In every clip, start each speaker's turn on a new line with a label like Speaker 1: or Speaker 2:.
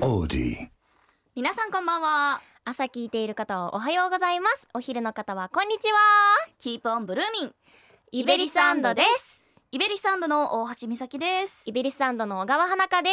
Speaker 1: オーディ
Speaker 2: 皆さんこんばんは朝聞いている方はおはようございますお昼の方はこんにちはキープオンブルーミンイベリスアンドですイベリスアンドの大橋美咲です
Speaker 3: イベリスランドの小川花香で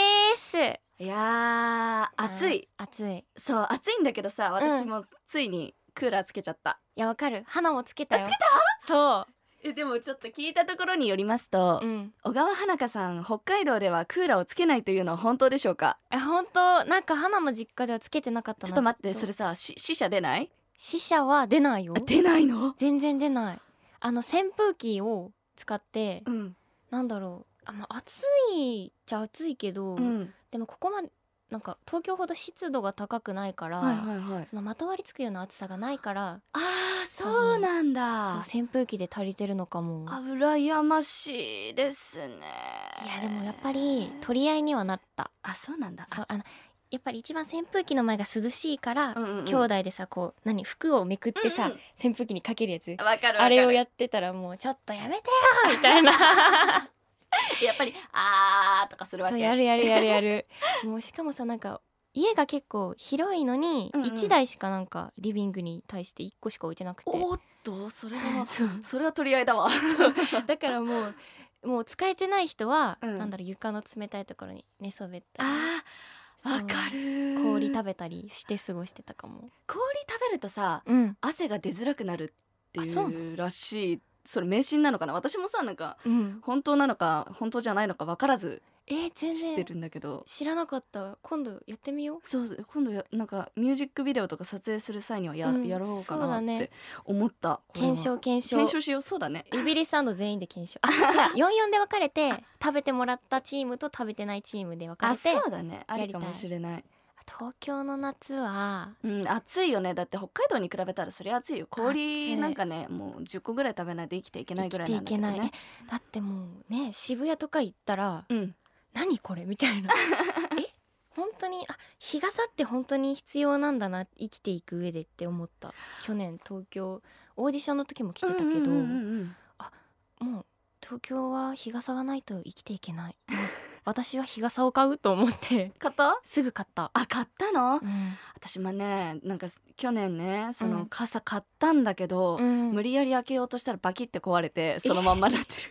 Speaker 3: す。
Speaker 2: いやー暑い、
Speaker 3: うん。暑い。い
Speaker 2: そう暑いんだけどさ私もついにクーラーつけちゃ った、
Speaker 3: や、わかる。花もつけたよ。
Speaker 2: あつ
Speaker 3: けたそ
Speaker 2: えでもちょっと聞いたところによりますと、
Speaker 3: う。うん。
Speaker 2: 小川花香さん北海道ではクーラーをつけないというのは本当でしょうか
Speaker 3: え、本当なんか花も実家ではつけてなかったな。
Speaker 2: ちょっと待ってそれ。さし死者出ない
Speaker 3: 死者は出ないよ
Speaker 2: あ。出ないの
Speaker 3: 全然出ない。あの扇風機を使って、
Speaker 2: うん
Speaker 3: なんだろう。あ、まあ、暑いっちゃ暑いけど、
Speaker 2: うん
Speaker 3: でもここまで、なんか東京ほど湿度が高くないから。
Speaker 2: はいはいはい
Speaker 3: そのまとわりつくような暑さがないから、
Speaker 2: あーそうなん
Speaker 3: そう
Speaker 2: だ
Speaker 3: 扇風機で足りてるのかも。
Speaker 2: あ羨ましいですね
Speaker 3: いやでもやっぱり取り合いにはなった。
Speaker 2: あそうなんだ
Speaker 3: そうあのやっぱり一番扇風機の前が涼しいか
Speaker 2: う
Speaker 3: ら、
Speaker 2: んうんうん
Speaker 3: 兄弟でさこう何服をめくってさ、
Speaker 2: うんうん
Speaker 3: 扇風機にかけるやつ
Speaker 2: わかるわかる
Speaker 3: あれをやってたらもうちょっとやめてよみ たいな
Speaker 2: やっぱりあーとかするわけ
Speaker 3: そうやるやるやるやるもうしかもさなんか家が結構広いのに、
Speaker 2: うんうん
Speaker 3: 1台しかなんかリビングに対して1個しか置いてなくて
Speaker 2: おーっとそれは
Speaker 3: そう
Speaker 2: それは取り合いだ わ
Speaker 3: だからもうもう使えてない人は、
Speaker 2: うん
Speaker 3: なんだろう床の冷たいところに寝そべったり
Speaker 2: あーわかる
Speaker 3: そう氷食
Speaker 2: べ
Speaker 3: べたりして過ごしてたかも。
Speaker 2: 氷食べるとさ
Speaker 3: うん、
Speaker 2: 汗が出づらくなるって
Speaker 3: あそうないの
Speaker 2: うらしいそれ迷信なのかな私もさなんか
Speaker 3: うん、
Speaker 2: 本当なのか本当じゃないのか分からず
Speaker 3: えー全
Speaker 2: 知っ
Speaker 3: 然
Speaker 2: てるんだけど
Speaker 3: 知らなかった今度やってみよう
Speaker 2: そう今度やなんかミュージックビデオとか撮影する際にはや,、
Speaker 3: うん
Speaker 2: やろうか
Speaker 3: そう
Speaker 2: な
Speaker 3: だ
Speaker 2: っ
Speaker 3: ね
Speaker 2: て思ったこれは
Speaker 3: 検証検証
Speaker 2: 検証しようそうだね
Speaker 3: イビリスアンド全員で 検証あ違う44で分かれて食べてもらったチームと食べてないチームで分かれて
Speaker 2: そうだねあ
Speaker 3: や
Speaker 2: り
Speaker 3: り
Speaker 2: か
Speaker 3: たい
Speaker 2: もしれない
Speaker 3: 東京の夏は
Speaker 2: うん暑いよねだって北海道に比べたらそりゃ暑いよ
Speaker 3: 暑
Speaker 2: 氷
Speaker 3: い
Speaker 2: なんかねもう10個ぐらい食べないと生きていけな
Speaker 3: 生
Speaker 2: いぐ
Speaker 3: き
Speaker 2: らい
Speaker 3: て
Speaker 2: ないんだけど
Speaker 3: けない
Speaker 2: ね
Speaker 3: えだってもうね渋谷とか行ったら
Speaker 2: うん
Speaker 3: 何これみたい なえ本当にあ日傘って本当に必要なんだな生きていく上でって思った去年東京オーディションの時も来てたけど、
Speaker 2: うんうんうんうん
Speaker 3: もう東京は日傘がないと生きていけないもう私は日傘を買うと思って
Speaker 2: 買った
Speaker 3: すぐ買った、
Speaker 2: あ買ったの
Speaker 3: うん
Speaker 2: 私もねなんか去年ねそうの
Speaker 3: ん
Speaker 2: 傘買ったんだけど、無理やり開けようとしたらバキって壊れてそのまんまなってる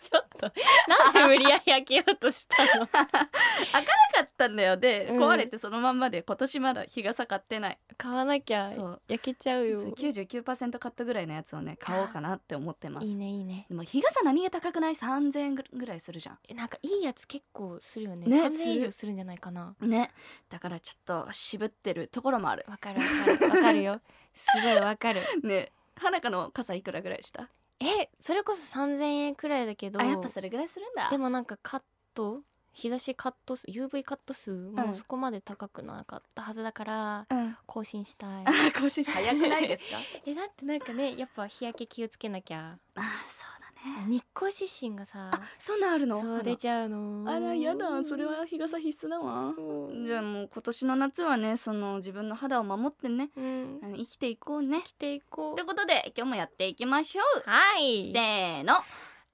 Speaker 3: ちょっとなんで無理やり開けようとしたの
Speaker 2: なかったんだよで、
Speaker 3: うん
Speaker 2: 壊れてそのまんまで今年まだ日傘買ってない、
Speaker 3: 買わなきゃ
Speaker 2: そう
Speaker 3: 焼けちゃうよ
Speaker 2: 99%カットぐらいのやつをね買おうかなって思ってます
Speaker 3: いいねいいね
Speaker 2: でも日傘何気高くない3,000円ぐらいするじゃ
Speaker 3: えなんかいいやつ結構するよね
Speaker 2: ね
Speaker 3: 3000
Speaker 2: する
Speaker 3: 以上するんじゃないかなん
Speaker 2: ねだからちょっと渋ってるところも ある
Speaker 3: わかるわかるわかるよすごいわかる
Speaker 2: ね花香の傘いくらぐらいした
Speaker 3: えそれこそ3000円くらいだけど
Speaker 2: あやっぱそれぐらいするんだ
Speaker 3: でもなんかカット日差しカット数 UV カット数もうそこまで高くなかったはずだから、
Speaker 2: うん
Speaker 3: 更新したい
Speaker 2: 更新早くないですか
Speaker 3: えだってなんかねやっぱ日焼け気をつけなきゃ
Speaker 2: あそうだね
Speaker 3: 日光湿疹がさ
Speaker 2: そんなんあるの
Speaker 3: そう出ちゃうの
Speaker 2: あらやだそれは日傘必須だわ
Speaker 3: そう
Speaker 2: じゃあもう今年の夏はねその自分の肌を守ってね
Speaker 3: うん
Speaker 2: あの生きていこうね
Speaker 3: 着ていこと
Speaker 2: いうことで今日もやっていきましょう
Speaker 3: うはい
Speaker 2: せーの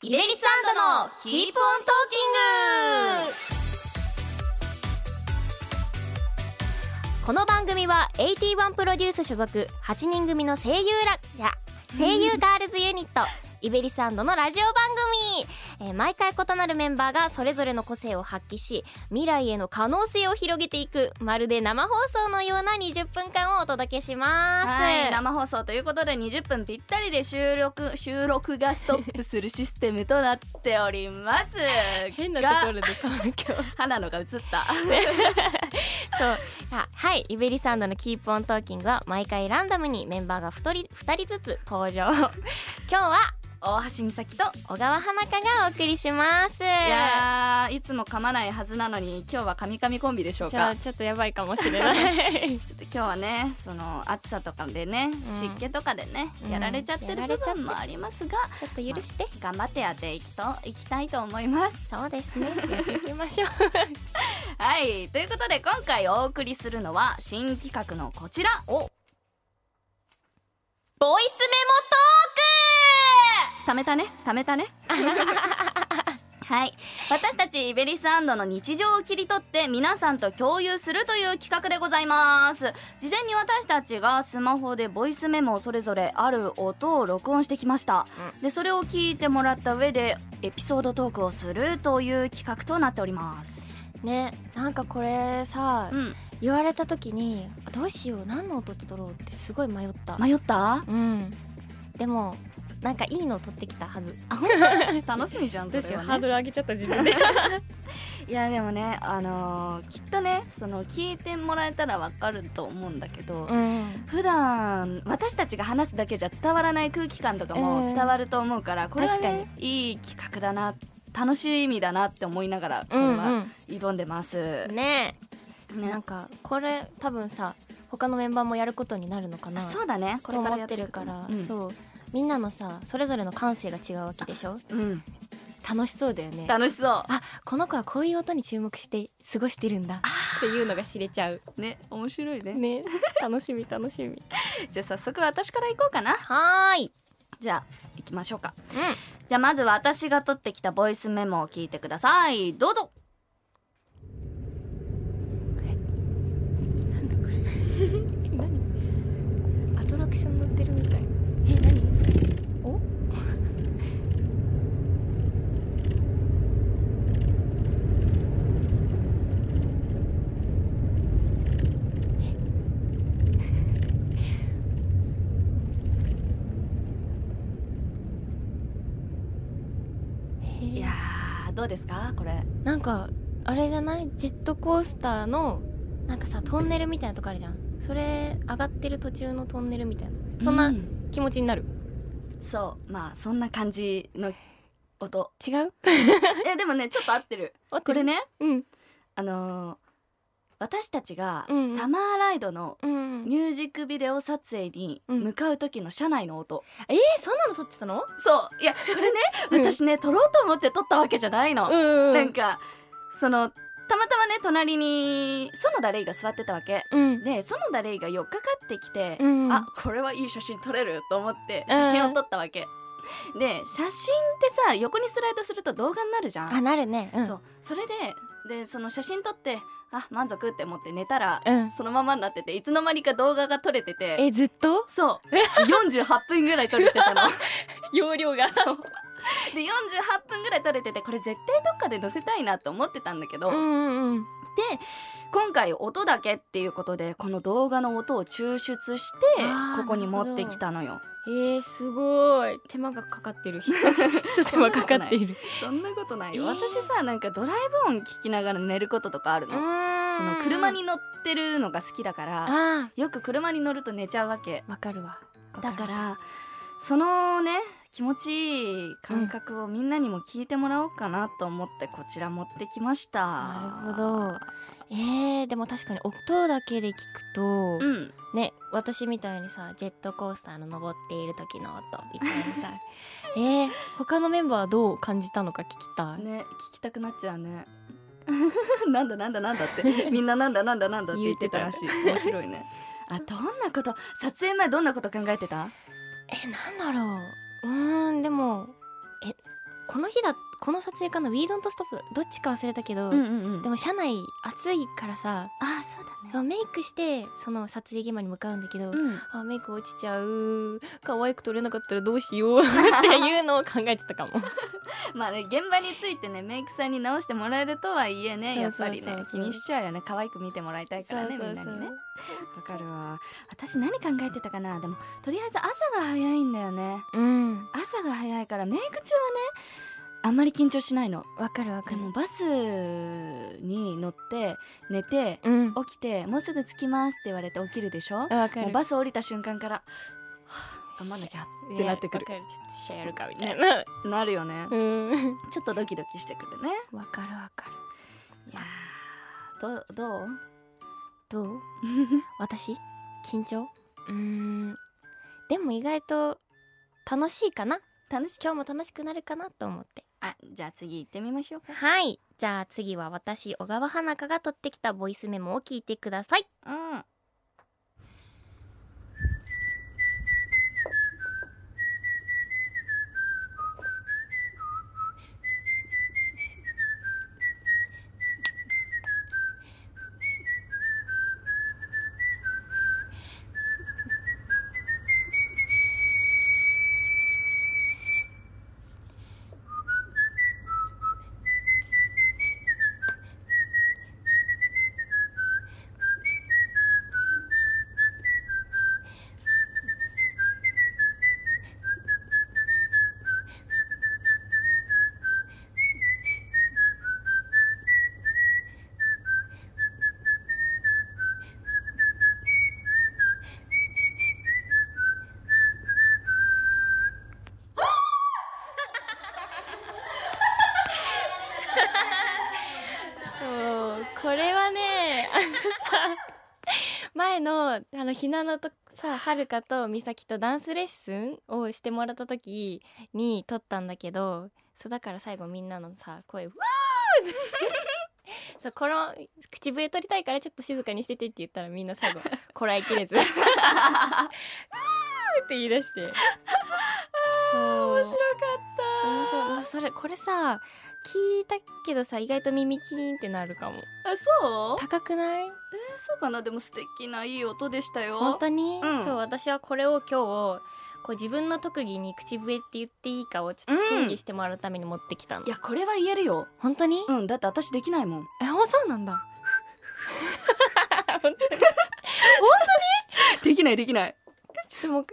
Speaker 3: イベリスアンドのキープオントーキングこの番組は81プロデュース所属8人組の声優らや声優ガールズユニットイベリサンドのラジオ番組、えー毎回異なるメンバーがそれぞれの個性を発揮し未来への可能性を広げていくまるで生放送のような20分間をお届けします。
Speaker 2: はい生放送ということで20分ぴったりで収録収録がストップするシステムとなっております
Speaker 3: 変
Speaker 2: が
Speaker 3: ろで環境
Speaker 2: 花のが映った
Speaker 3: そう あはいイベリサンドの「キープオントーキングは毎回ランダムにメンバーが2人 ,2 人ずつ登場 今日は
Speaker 2: 大橋美咲と
Speaker 3: 小川花香がお送りしますい
Speaker 2: いやーいつも噛まないはずなのに今日はカミカミコンビでしょう
Speaker 3: じゃ
Speaker 2: か
Speaker 3: あちょっとやばいかもしれない
Speaker 2: ちょっと今日はねその暑さとかでね、
Speaker 3: うん
Speaker 2: 湿気とかでね
Speaker 3: うん
Speaker 2: やられちゃってる
Speaker 3: やら
Speaker 2: 部
Speaker 3: れちゃって
Speaker 2: 分もありますが、
Speaker 3: ちょっと許して、
Speaker 2: 頑張ってやっていくといきたいと思います。
Speaker 3: そうですねやっていきましょう
Speaker 2: はいということで今回お送りするのは新企画のこちらお
Speaker 3: ボイスメ
Speaker 2: 貯めたね貯めたね。 はい私たちイベリスの日常を切り取って皆さんと共有するという企画でございます事前に私たちがスマホでボイスメモをそれぞれある音を録音してきました、でそれを聞いてもらった上でエピソードトークをするという企画となっております
Speaker 3: ねなんかこれさ、
Speaker 2: うん
Speaker 3: 言われた時にどうしよう何の音取ろうってすごい迷った、
Speaker 2: 迷った
Speaker 3: うんでもなんかいいの取ってきたはず
Speaker 2: 楽しみじゃんそれはね
Speaker 3: ドル上げちゃった自分で
Speaker 2: いやでもねあのーきっとねその聞いてもらえたらわかると思うんだけど、
Speaker 3: うん
Speaker 2: 普段私たちが話すだけじゃ伝わらない空気感とかも
Speaker 3: うん
Speaker 2: 伝わると思うから、これは、
Speaker 3: 確
Speaker 2: ね、いい企画だな楽しみだなって思いながらこ
Speaker 3: う
Speaker 2: れ
Speaker 3: ん、
Speaker 2: は挑んでます、
Speaker 3: ね
Speaker 2: ね
Speaker 3: なんかこれ多分さ他のメンバーもやることになるのか
Speaker 2: あ
Speaker 3: な
Speaker 2: そうだねこれ
Speaker 3: これ
Speaker 2: から
Speaker 3: 思
Speaker 2: や
Speaker 3: ってるから、
Speaker 2: うん
Speaker 3: そうみんなのさそれぞれの感性が違うわけでしょ
Speaker 2: うん、
Speaker 3: 楽しそうだよね
Speaker 2: 楽しそ
Speaker 3: あこの子はこういう音に注目して過ごしてるんだっていうのが知れちゃう
Speaker 2: うね面白いね
Speaker 3: ね楽しみ楽しみ
Speaker 2: じゃあ早速私から行こうかな
Speaker 3: はーい
Speaker 2: じゃあ行きましょうかじゃあまず私が取ってきたボイスメモを聞いてくださいどうぞ
Speaker 3: なんだこれ何アトラクション乗ってるみたいえ何お え
Speaker 2: いやーどうですかこれ
Speaker 3: なんかあれじゃないジェットコースターのなんかさトンネルみたいなとこあるじゃんそれ上がってる途中のトンネルみたいなそん
Speaker 2: う
Speaker 3: な気持ちになる、
Speaker 2: そうまあそんな感じの音
Speaker 3: 違う
Speaker 2: えでもねちょっと合ってるこれね
Speaker 3: うん
Speaker 2: あのー私たちが
Speaker 3: うん
Speaker 2: サマーライドの
Speaker 3: うん
Speaker 2: ミュージックビデオ撮影に向かう時の車内の音、
Speaker 3: えー、そんなの撮ってたの
Speaker 2: そういやこれね
Speaker 3: うん
Speaker 2: 私ね撮ろうと思って撮ったわけじゃないの、
Speaker 3: ん
Speaker 2: なんかそのたまたまね隣に園田レイが座ってたわけ
Speaker 3: うん
Speaker 2: で園田レイが寄っかかってきて、
Speaker 3: うん
Speaker 2: あこれはいい写真撮れると思って写真を撮ったわけ、で写真ってさ横にスライドすると動画になるじゃん
Speaker 3: あなるねうん
Speaker 2: そうそれででその写真撮ってあ満足って思って寝たら、
Speaker 3: うん
Speaker 2: そのままになってていつの間にか動画が撮れてて
Speaker 3: えずっと
Speaker 2: そう48分ぐらい撮れて たの
Speaker 3: 容量が
Speaker 2: そうで48分ぐらい撮れててこれ絶対どっかで載せたいなと思ってたんだけど、
Speaker 3: うんうんうん
Speaker 2: 今回音だけっていうことでこの動画の音を抽出して
Speaker 3: あー
Speaker 2: ここに持ってきたのよ
Speaker 3: えー、すごい手間がかかって るひと手間かかっている
Speaker 2: そんなことないよ、
Speaker 3: えー
Speaker 2: 私さなんかドライブ音聞きながら寝ることとかあるの、その車に乗ってるのが好きだから
Speaker 3: あ
Speaker 2: よく車に乗ると寝ちゃうわけ
Speaker 3: ーわかるわわ
Speaker 2: だ
Speaker 3: る
Speaker 2: からそのね気持ちいい感覚をみんなにも聞いてもらおうかなと思ってこちら持ってきました、
Speaker 3: なるほどえー、でも確かに音だけで聞くと、
Speaker 2: うん
Speaker 3: ね私みたいにさジェットコースターの登っている時の音みたいに さえー、他のメンバーはどう感じたのか聞きたい、
Speaker 2: ね聞きたくなっちゃうね なんだなんだなんだ ってみんななんだなんだなんだって言ってたらしい面白いね あどんなこと撮影前どんなこと考えてた
Speaker 3: えなんだろううーんでもえこの日だこの撮影かな「ウィードントストップ」どっちか忘れたけど、
Speaker 2: んう
Speaker 3: でも車内暑いからさ
Speaker 2: ああそうだね
Speaker 3: メイクしてその撮影現場に向かうんだけど、
Speaker 2: うん、
Speaker 3: あメイク落ちちゃう可愛く撮れなかったらどうしよう っていうのを考えてたかも
Speaker 2: まあね現場についてねメイクさんに直してもらえるとはいえね
Speaker 3: そ
Speaker 2: や
Speaker 3: う
Speaker 2: っ
Speaker 3: そ
Speaker 2: ぱ
Speaker 3: うそう
Speaker 2: りね気
Speaker 3: そう
Speaker 2: にしちゃうよね可愛く見てもらいたいからねみんなにねわかるわ私何考えてたかなでもとりあえず朝が早いんだよね
Speaker 3: うん
Speaker 2: 朝が早いからメイク中はねあんまり緊張しないの
Speaker 3: わかるわか
Speaker 2: で
Speaker 3: る
Speaker 2: もバスに乗って寝て
Speaker 3: うん
Speaker 2: 起きてもうすぐ着きますって言われて起きるでしょ
Speaker 3: わか
Speaker 2: もう
Speaker 3: る
Speaker 2: バス降りた瞬間からはあ頑張んなきゃってなってくる
Speaker 3: わかるちょっと試合やるかみたいな
Speaker 2: なるよね
Speaker 3: うん
Speaker 2: ちょっとドキドキしてくるね
Speaker 3: わかるわかる
Speaker 2: いやーどうど う
Speaker 3: どう私緊張うーんでも意外と楽しいかな
Speaker 2: 楽しい
Speaker 3: 今日も楽しくなるかなと思って
Speaker 2: あじゃあ次行ってみましょうか
Speaker 3: はいじゃあ次は私小川花香が取ってきたボイスメモを聞いてください
Speaker 2: うん
Speaker 1: え
Speaker 3: これはねあのさ前のあのひなのとさはるかとみさきとダンスレッスンをしてもらった時に撮ったんだけどそうだから最後みんなのさ声「わー!」って そうこの口笛取りたいからちょっと静かにしててって言ったらみんな最後こらえきれず「わー!」 って言い出してそう
Speaker 2: 面白かった
Speaker 3: 面白いそれこれさ聞いたけどさ意外と耳キーンってなるかも
Speaker 2: あそう
Speaker 3: 高くない
Speaker 2: えそうかなでも素敵ないい音でしたよ
Speaker 3: 本当に、
Speaker 2: うん
Speaker 3: そう私はこれを今日こう自分の特技に口笛って言っていいかをちょっと審議してもらうために持ってきたの、
Speaker 2: いやこれは言えるよ
Speaker 3: 本当に、
Speaker 2: うんだって私できないもん
Speaker 3: えあそうなんだ本当に
Speaker 2: できないできない
Speaker 3: ちょっとも う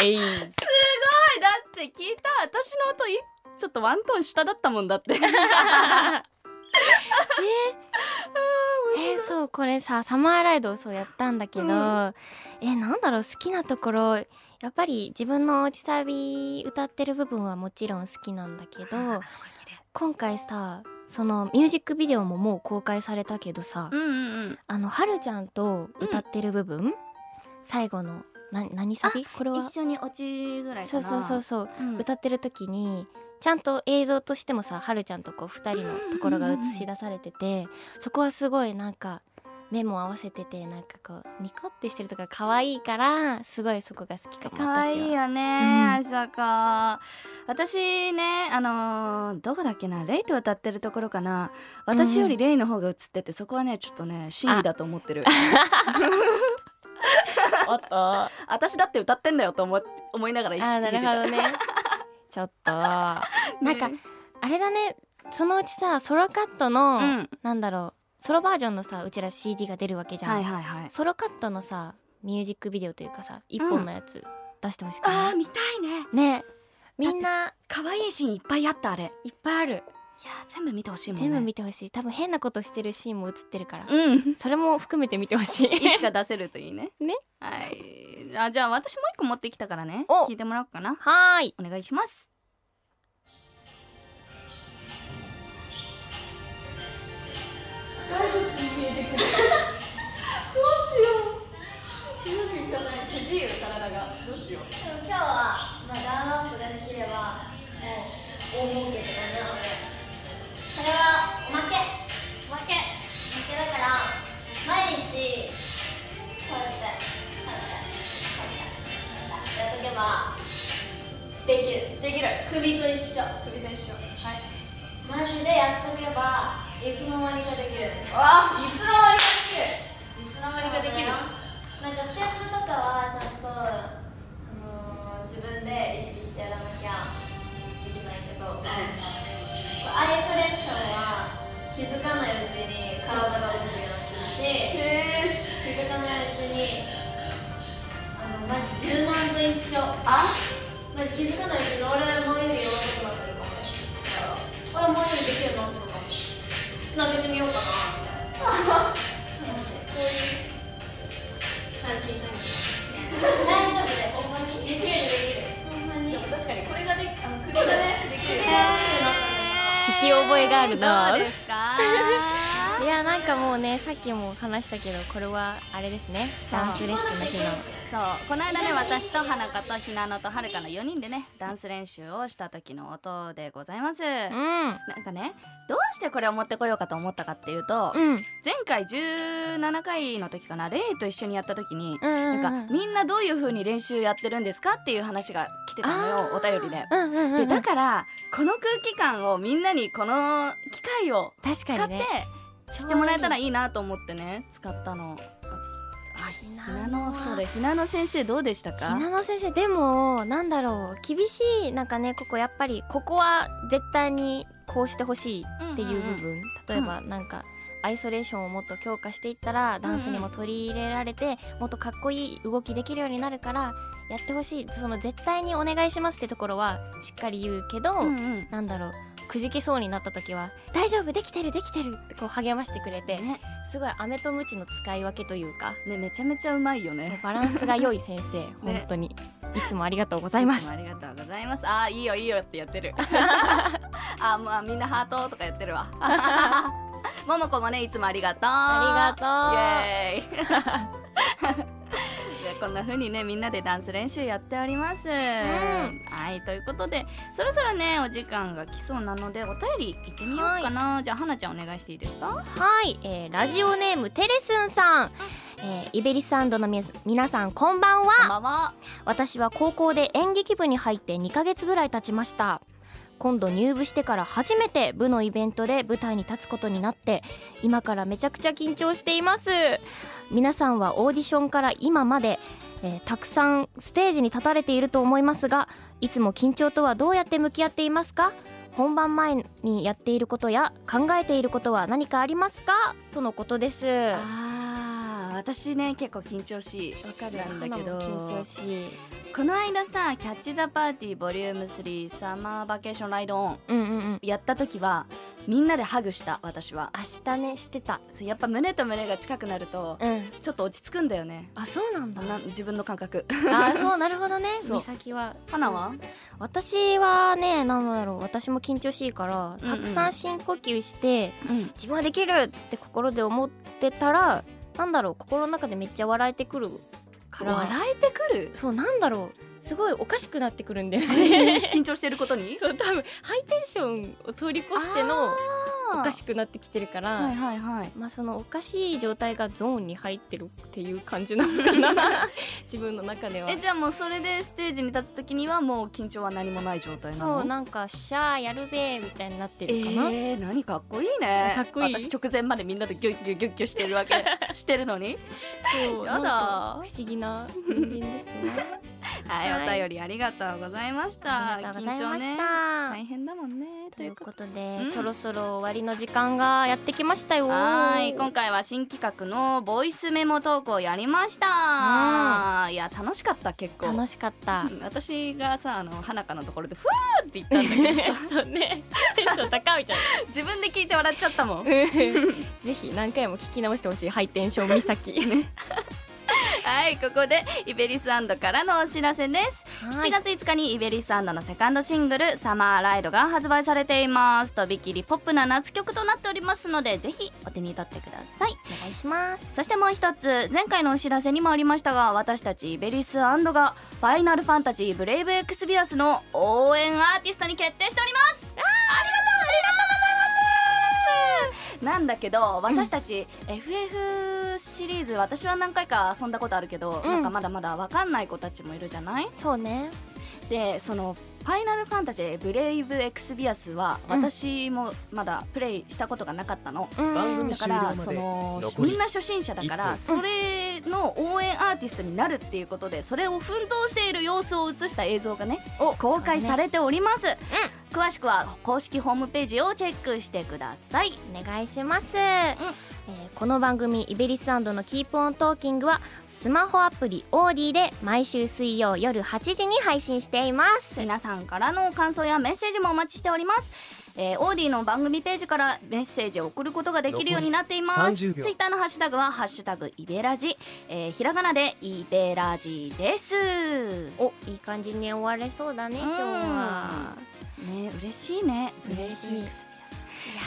Speaker 3: えい
Speaker 2: はいだって聞いた私の音いちょっとワントーン下だったもんだって
Speaker 3: えーそうこれさサマーライドをそうやったんだけど、
Speaker 2: うん
Speaker 3: えなんだろう好きなところやっぱり自分の落ちサビ歌ってる部分はもちろん好きなんだけど今回さそのミュージックビデオももう公開されたけどさ、
Speaker 2: うんうんうん
Speaker 3: あのはるちゃんと歌ってる部分、最後のな何サビこれは
Speaker 2: 一緒に落ちぐらい
Speaker 3: そ
Speaker 2: か
Speaker 3: う
Speaker 2: な
Speaker 3: そうそうそ
Speaker 2: う
Speaker 3: う、
Speaker 2: ん
Speaker 3: 歌ってる時にちゃんと映像としてもさはるちゃんとこう2人のところが映し出されててそこはすごいなんか目も合わせててなんかこうニコってしてるとか可愛いからすごいそこが好きかも私は
Speaker 2: 可愛いよね、あさか私ねあのーどこだっけなレイと歌ってるところかな私よりレイの方が映っててそこはねちょっとね真理だと思ってる
Speaker 3: おっとあ
Speaker 2: 私だって歌ってんだよと思っ思いながら一緒に
Speaker 3: ーな
Speaker 2: 見て
Speaker 3: る
Speaker 2: た
Speaker 3: ほど ねちょっとなんか、
Speaker 2: ね
Speaker 3: あれだねそのうちさソロカットの、
Speaker 2: うん
Speaker 3: なんだろうソロバージョンのさうちら CD が出るわけじゃん、
Speaker 2: はいはいはい
Speaker 3: ソロカットのさミュージックビデオというかさ一本のやつ出してほしくない、
Speaker 2: あー見たいね
Speaker 3: ねみんな
Speaker 2: 可愛いシーンいっぱいあったあれいや
Speaker 3: いっぱいある
Speaker 2: ー全部見てほしいもんね
Speaker 3: 全部見てほしい多分変なことしてるシーンも映ってるから
Speaker 2: うん
Speaker 3: それも含めて見てほしい
Speaker 2: いつか出せるといいね
Speaker 3: ね
Speaker 2: はいあじゃあ私もう一個持ってきたからね
Speaker 3: お
Speaker 2: 聞いてもらおうかな
Speaker 3: はーい
Speaker 2: お願いします
Speaker 1: 今日は、まあ、ランアップだしれば、えー、大儲けとかなのでそれはおまけおまけおまけだから毎日こうやってこうやってこうやってやっとけばできるできる首と一緒首と一緒はいマジでやっとけばいつの間にかできるわあいつの間にかできるいつの間にかできるなんかステップとかはちゃんと、あのー自分で意識してやらなきゃできないけど、アイソレーションは気づかないうちに体が動くようになってるし、気づかないうちにあのマジ柔軟と一緒あマジ気づかないうちに俺もう指弱くなってるかもしれない俺もう指できるようになってるかもしれないつなげてみよう かなみたいなこういう安心安心大丈夫だよほんまにできるできるほんまにでも確かにこれがであの首がねできるようになった
Speaker 3: 聞き覚えがあるな
Speaker 2: どうですか
Speaker 3: いやなんかもうねさっきも話したけどこれはあれですね
Speaker 2: そう
Speaker 3: ダンスレッスンの日の
Speaker 2: そうこの間ね私と花香とひなのとはるかの4人でねダンス練習をした時の音でございますな
Speaker 3: うん
Speaker 2: んかねどうしてこれを持ってこようかと思ったかっていうと
Speaker 3: うん
Speaker 2: 前回17回の時かなレイと一緒にやった時に
Speaker 3: うんうん
Speaker 2: なんかみんなどういう風に練習やってるんですかっていう話が来てたのよ
Speaker 3: あ
Speaker 2: お
Speaker 3: ー
Speaker 2: 便りで。
Speaker 3: うんうんうんう
Speaker 2: で
Speaker 3: ん
Speaker 2: だからこの空気感をみんなにこの機会を
Speaker 3: 確
Speaker 2: 使
Speaker 3: か
Speaker 2: って
Speaker 3: にね
Speaker 2: 知ってもらえたらいいなと思ってね使ったの。あ
Speaker 3: ひ
Speaker 2: ひなのそうだひなの先生どうでしたか
Speaker 3: ひなの先生でもなんだろう厳しいなんかねここやっぱりここは絶対にこうしてほしいっていう部分、例えばなんか、アイソレーションをもっと強化していったらダンスにも取り入れられて、もっとかっこいい動きできるようになるからやってほしいその絶対にお願いしますってところはしっかり言うけど、
Speaker 2: うんうん
Speaker 3: なんだろうくじけそうになった時は「大丈夫できてるできてる」ってこう励ましてくれて
Speaker 2: ね
Speaker 3: すごい飴とムチの使い分けというか
Speaker 2: ねめちゃめちゃうまいよ
Speaker 3: そう
Speaker 2: ね
Speaker 3: バランスが良い先 生、本当にいつもありがとうございま
Speaker 2: いつ
Speaker 3: す
Speaker 2: もありがとうございますあーいいよいいよってやって るあーまあみんなハートとかやってるわももこもねいつもありがとう
Speaker 3: あり がとう
Speaker 2: イエーイじゃあこんな風にねみんなでダンス練習やっております、はいということでそろそろねお時間が来そうなのでお便り行ってみようかな、じゃあはなちゃんお願いしていいですか
Speaker 3: はい、えーラジオネームテレスンさん、えーイベリスアンドのみ皆さんこんばんは
Speaker 2: こんばんは
Speaker 3: 私は高校で演劇部に入って2ヶ月ぐらい経ちました今度入部してから初めて部のイベントで舞台に立つことになって今からめちゃくちゃ緊張しています皆さんはオーディションから今まで、えーたくさんステージに立たれていると思いますがいつも緊張とはどうやって向き合っていますか本番前にやっていることや考えていることは何かありますかとのことですわ
Speaker 2: あー私ね結構緊張しいなんだけど
Speaker 3: 緊張しい
Speaker 2: この間さ「キャッチ・ザ・パーティーボリューム3サマーバケーションライドオン
Speaker 3: うんうんうん」
Speaker 2: やった時はみんなでハグした私は
Speaker 3: 明日ねしてた
Speaker 2: そうやっぱ胸と胸が近くなると
Speaker 3: うん
Speaker 2: ちょっと落ち着くんだよね
Speaker 3: あそうなんだ
Speaker 2: な自分の感覚
Speaker 3: あーそうなるほどね
Speaker 2: そう
Speaker 3: 美咲は
Speaker 2: 花は
Speaker 3: 私はねなんだろう私も緊張しいから
Speaker 2: うんう
Speaker 3: た
Speaker 2: ん
Speaker 3: くさん深呼吸して、
Speaker 2: うん
Speaker 3: 自分はできるって心で思ってたらなんだろう心の中でめっちゃ笑えてくるから
Speaker 2: 笑えてく る
Speaker 3: そうなんだろうすごいおかしくなってくるんだよね
Speaker 2: 緊張してること に
Speaker 3: そう多分ハイテンションを通り越してのおかしくなってきてるから、
Speaker 2: はいはいはい
Speaker 3: まあそのおかしい状態がゾーンに入ってるっていう感じなのか な自分の中では
Speaker 2: えじゃあもうそれでステージに立つ時にはもう緊張は何もない状態なの
Speaker 3: そうなんかシャーやるぜみたいになって
Speaker 2: え
Speaker 3: るかな、
Speaker 2: えー、何かっこいいね
Speaker 3: かっこいい
Speaker 2: 私直前までみんなでギュッギュッギュッギュッしてるわ けしてるのに
Speaker 3: そう
Speaker 2: やだ
Speaker 3: なんか不思議 な人間ですね
Speaker 2: はい、
Speaker 3: はい
Speaker 2: お便りありがとうございました。
Speaker 3: ありがとうございま
Speaker 2: 緊張
Speaker 3: し
Speaker 2: ね
Speaker 3: た、
Speaker 2: 大変だもんね。と
Speaker 3: と
Speaker 2: い
Speaker 3: いうう
Speaker 2: こ
Speaker 3: こととで、
Speaker 2: うん
Speaker 3: そろそろ終わりの時間がやってきましたよ
Speaker 2: で。はい、今回は新企画のボイスメモ投稿やりました。いや、楽しかった、結構。
Speaker 3: 楽しか った
Speaker 2: うん私がさあの花香のところで「ふわー!」って言ったんだけどさ
Speaker 3: そうねテンション高いみたい
Speaker 2: 自分で聞いて笑っちゃったもん。
Speaker 3: な ぜひ何回も聞き直してほしいハイテンション岬
Speaker 2: はいここでイベリスアンドからのお知らせです。7
Speaker 3: 7
Speaker 2: 月5日にイベリスアンドのセカンドシングル「サマーライド」が発売されていますとびきりポップな夏曲となっておりますのでぜひお手に取ってください
Speaker 3: お願いします
Speaker 2: そしてもう一つ前回のお知らせにもありましたが私たちイベリスアンドが「ファイナルファンタジーブレイブエクスビアス」の応援アーティストに決定しておりますありがとうございますなんだけど私たち FF シリーズ私は何回か遊んだことあるけど、
Speaker 3: うん
Speaker 2: なんかまだまだ分かんない子たちもいるじゃない
Speaker 3: そうね
Speaker 2: でその「ファイナルファンタジーブレイブエクスビアス」は
Speaker 3: うん
Speaker 2: 私もまだプレイしたことがなかったの、
Speaker 3: うん
Speaker 4: 番組
Speaker 2: だか
Speaker 4: 終
Speaker 2: ら
Speaker 4: 了まで
Speaker 2: その
Speaker 4: 残り
Speaker 2: みんな初心者だから
Speaker 4: 一
Speaker 2: それの応援アーティストになるっていうことでそれを奮闘している様子を映した映像がね公開されております、詳しくは公式ホームページをチェックしてください
Speaker 3: お願いします、えーこの番組「イベリスのキープオントーキングはスマホアプリオーディで毎週水曜夜8時に配信しています
Speaker 2: 皆さんからの感想やメッセージもお待ちしております。えー、オーディの番組ページからメッセージを送ることができるようになっています。ツイ
Speaker 4: 残り30秒
Speaker 2: ッターのハッシュタグはハッシュタグイベラジ、えー、ひらがなでイベラジです。
Speaker 3: おいい感じに終われそうだね今日は
Speaker 2: ね嬉しいね。
Speaker 3: 嬉しい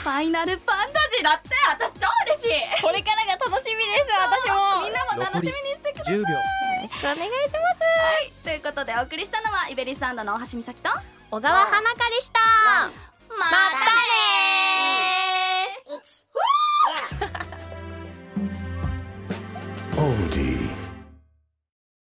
Speaker 2: ファイナルファンタジーだって私超嬉しい。これからが楽しみです私も。みんなも楽しみにしてください。
Speaker 4: 10秒
Speaker 3: よろしくお願いします
Speaker 2: はいということでお送りしたのはイベリスサンドの大橋美咲とま
Speaker 3: 小川花香でした
Speaker 2: たねー。
Speaker 4: オーディ